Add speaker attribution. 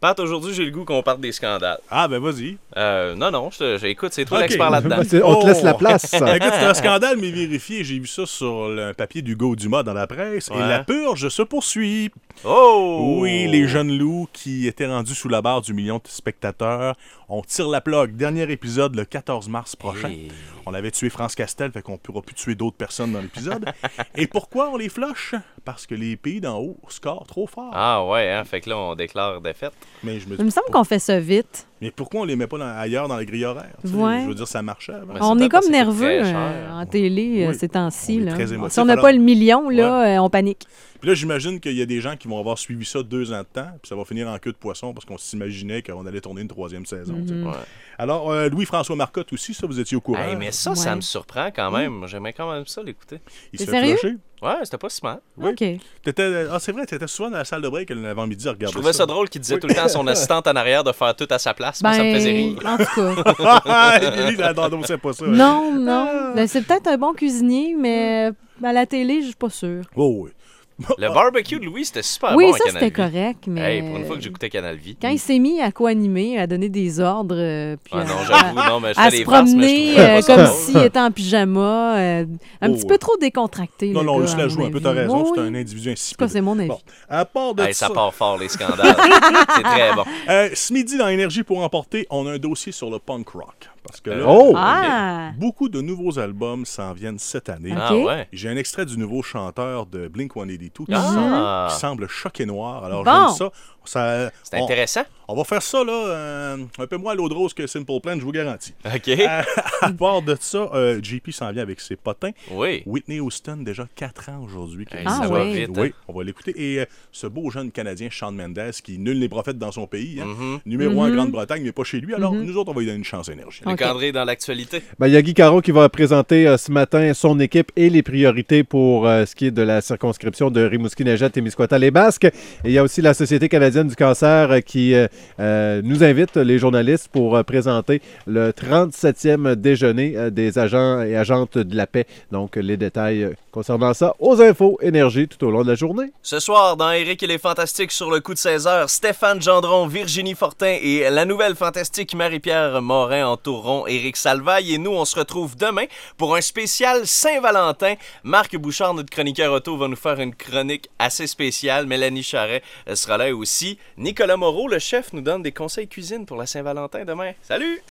Speaker 1: Pat, aujourd'hui, j'ai le goût qu'on parte des scandales.
Speaker 2: Ah, ben vas-y.
Speaker 1: Euh, non, non, je te- j'écoute, c'est toi
Speaker 2: Ok.
Speaker 1: l'expert là-dedans.
Speaker 3: C'est- On te laisse la
Speaker 2: Oh.
Speaker 3: place.
Speaker 2: Ben, écoute, c'est un scandale, mais vérifié. J'ai vu ça sur le- un papier d'Hugo Dumas dans la presse.
Speaker 1: Ouais.
Speaker 2: Et la purge se poursuit.
Speaker 1: Oh!
Speaker 2: Oui, les jeunes loups qui étaient rendus sous la barre du million de spectateurs. On tire la plug. Dernier épisode le 14 mars prochain.
Speaker 1: Hey.
Speaker 2: On avait tué France Castel, fait qu'on ne pourra plus tuer d'autres personnes dans l'épisode. Et pourquoi on les floche? Parce que les pays d'en haut scorent trop fort.
Speaker 1: Ah ouais, hein, fait que là, on déclare défaite.
Speaker 2: Mais je me
Speaker 4: Il me
Speaker 2: dis,
Speaker 4: semble qu'on fait ça vite.
Speaker 2: mais pourquoi on les met pas dans- ailleurs dans la grille horaire? tu sais?
Speaker 4: Ouais.
Speaker 2: Je veux dire, ça marchait avant.
Speaker 1: Ouais, c'est
Speaker 4: On est
Speaker 1: peut-être parce
Speaker 4: comme
Speaker 1: que ça coûte
Speaker 4: nerveux
Speaker 1: très
Speaker 4: euh,
Speaker 1: cher.
Speaker 4: en télé euh,
Speaker 2: Oui.
Speaker 4: ces temps-ci.
Speaker 2: On est
Speaker 4: là.
Speaker 2: très émotif,
Speaker 4: Si on n'a
Speaker 2: alors-
Speaker 4: pas le million, là, euh, on panique.
Speaker 2: Puis là, j'imagine qu'il y a des gens qui vont avoir suivi ça deux ans de temps, puis ça va finir en queue de poisson parce qu'on s'imaginait qu'on allait tourner une troisième saison. tu sais.
Speaker 4: Mhm. Mm-hmm.
Speaker 1: Ouais.
Speaker 2: Alors, euh, Louis-François Marcotte aussi, ça, vous étiez au courant.
Speaker 1: Hey, mais ça,
Speaker 4: Ouais.
Speaker 1: ça me surprend quand même. J'aimais quand même ça l'écouter.
Speaker 2: Il se
Speaker 4: T'es
Speaker 2: fait
Speaker 4: sérieux?
Speaker 2: flusher.
Speaker 1: Ouais, c'était pas si mal.
Speaker 2: Oui.
Speaker 4: OK.
Speaker 2: T'étais- Ah, c'est vrai, tu étais souvent dans la salle de break l'avant-midi à
Speaker 1: Je
Speaker 2: regarder
Speaker 1: trouvais ça drôle qu'il disait tout le temps à son assistante en arrière de faire tout à sa place. Moi, ça me faisait rire.
Speaker 4: Ben, en tout cas.
Speaker 2: Émilie, elle n'endossait pas ça.
Speaker 4: non, non. Ben, C'est peut-être un bon cuisinier, mais à la télé, je suis pas sûre.
Speaker 2: Oh, oui.
Speaker 1: Le barbecue de Louis, c'était super
Speaker 4: oui,
Speaker 1: bon
Speaker 4: ça,
Speaker 1: à Canal
Speaker 4: c'était
Speaker 1: V.
Speaker 4: correct, mais...
Speaker 1: Hey, pour une fois que j'écoutais Canal Vie.
Speaker 4: Quand il s'est mis à co-animer, à donner des ordres, euh, puis
Speaker 1: Ah
Speaker 4: à-
Speaker 1: non, j'avoue, non, mais je
Speaker 4: à
Speaker 1: fais
Speaker 4: se
Speaker 1: des farces, mais
Speaker 4: promener
Speaker 1: je trouvais
Speaker 4: euh,
Speaker 1: pas ça
Speaker 4: comme
Speaker 1: drôle.
Speaker 4: s'il était en pyjama, euh, un
Speaker 2: Oh,
Speaker 4: petit
Speaker 2: ouais.
Speaker 4: peu trop décontracté.
Speaker 2: Non,
Speaker 4: le
Speaker 2: non, on
Speaker 4: gars,
Speaker 2: se
Speaker 4: à
Speaker 2: la
Speaker 4: mon
Speaker 2: joue un peu,
Speaker 4: avis.
Speaker 2: t'as raison,
Speaker 4: Ah, Oui,
Speaker 2: c'est un
Speaker 4: En
Speaker 2: individu
Speaker 4: tout cas,
Speaker 2: insipide.
Speaker 4: c'est mon avis.
Speaker 2: Bon, à part de
Speaker 1: Hey, ça
Speaker 2: ça,
Speaker 1: part fort, les scandales. c'est très bon.
Speaker 2: euh, ce midi dans Énergie pour emporter, on a un dossier sur le punk rock. Parce que là,
Speaker 3: Oh!
Speaker 4: Ah!
Speaker 2: beaucoup de nouveaux albums s'en viennent cette année.
Speaker 1: Ah
Speaker 4: Ok.
Speaker 1: ouais.
Speaker 2: J'ai un extrait du nouveau chanteur de Blink-182 qui,
Speaker 1: Ah.
Speaker 2: semble- qui semble choqué noir. Alors,
Speaker 4: Bon.
Speaker 2: j'aime ça. ça
Speaker 1: C'est
Speaker 2: on,
Speaker 1: intéressant.
Speaker 2: on va faire ça, là, euh, un peu moins à l'eau de rose que Simple Plan, je vous garantis.
Speaker 1: OK.
Speaker 2: Euh,
Speaker 1: Mm.
Speaker 2: à part de ça, euh, JP s'en vient avec ses potins.
Speaker 1: oui.
Speaker 2: Whitney Houston, déjà 4 ans aujourd'hui. qui
Speaker 1: Hey,
Speaker 2: est
Speaker 4: ça
Speaker 2: là.
Speaker 4: va vite,
Speaker 1: hein.
Speaker 2: Oui, on va l'écouter. Et euh, ce beau jeune Canadien, Sean Mendes, qui nul n'est prophète dans son pays, hein.
Speaker 1: Mhm.
Speaker 2: numéro 1 en
Speaker 4: Mhm.
Speaker 2: Grande-Bretagne, mais pas chez lui.
Speaker 1: Mm-hmm.
Speaker 2: Alors, nous autres, on va lui donner une chance énergie.
Speaker 4: Ok.
Speaker 1: Luc André dans l'actualité.
Speaker 3: Ben, il y a Guy Caro qui va présenter euh, ce matin son équipe et les priorités pour euh, ce qui est de la circonscription de rimouski et témiscouata les Basques. Et il y a aussi la Société canadienne du cancer euh, qui euh, euh, nous invite, les journalistes, pour euh, présenter le 37e déjeuner euh, des agents et agentes de la paix. Donc, les détails euh, concernant ça aux infos énergie tout au long de la journée.
Speaker 1: Ce soir, dans Eric et les Fantastiques sur le coup de 16h, Stéphane Gendron, Virginie Fortin et la nouvelle fantastique Marie-Pierre Morin entoureront Eric Salvaille. Et nous, on se retrouve demain pour un spécial Saint-Valentin. Marc Bouchard, notre chroniqueur auto, va nous faire une chronique assez spéciale. Mélanie Charret euh, sera là aussi. Nicolas Moreau, le chef, nous donne des conseils cuisine pour la Saint-Valentin demain. Salut!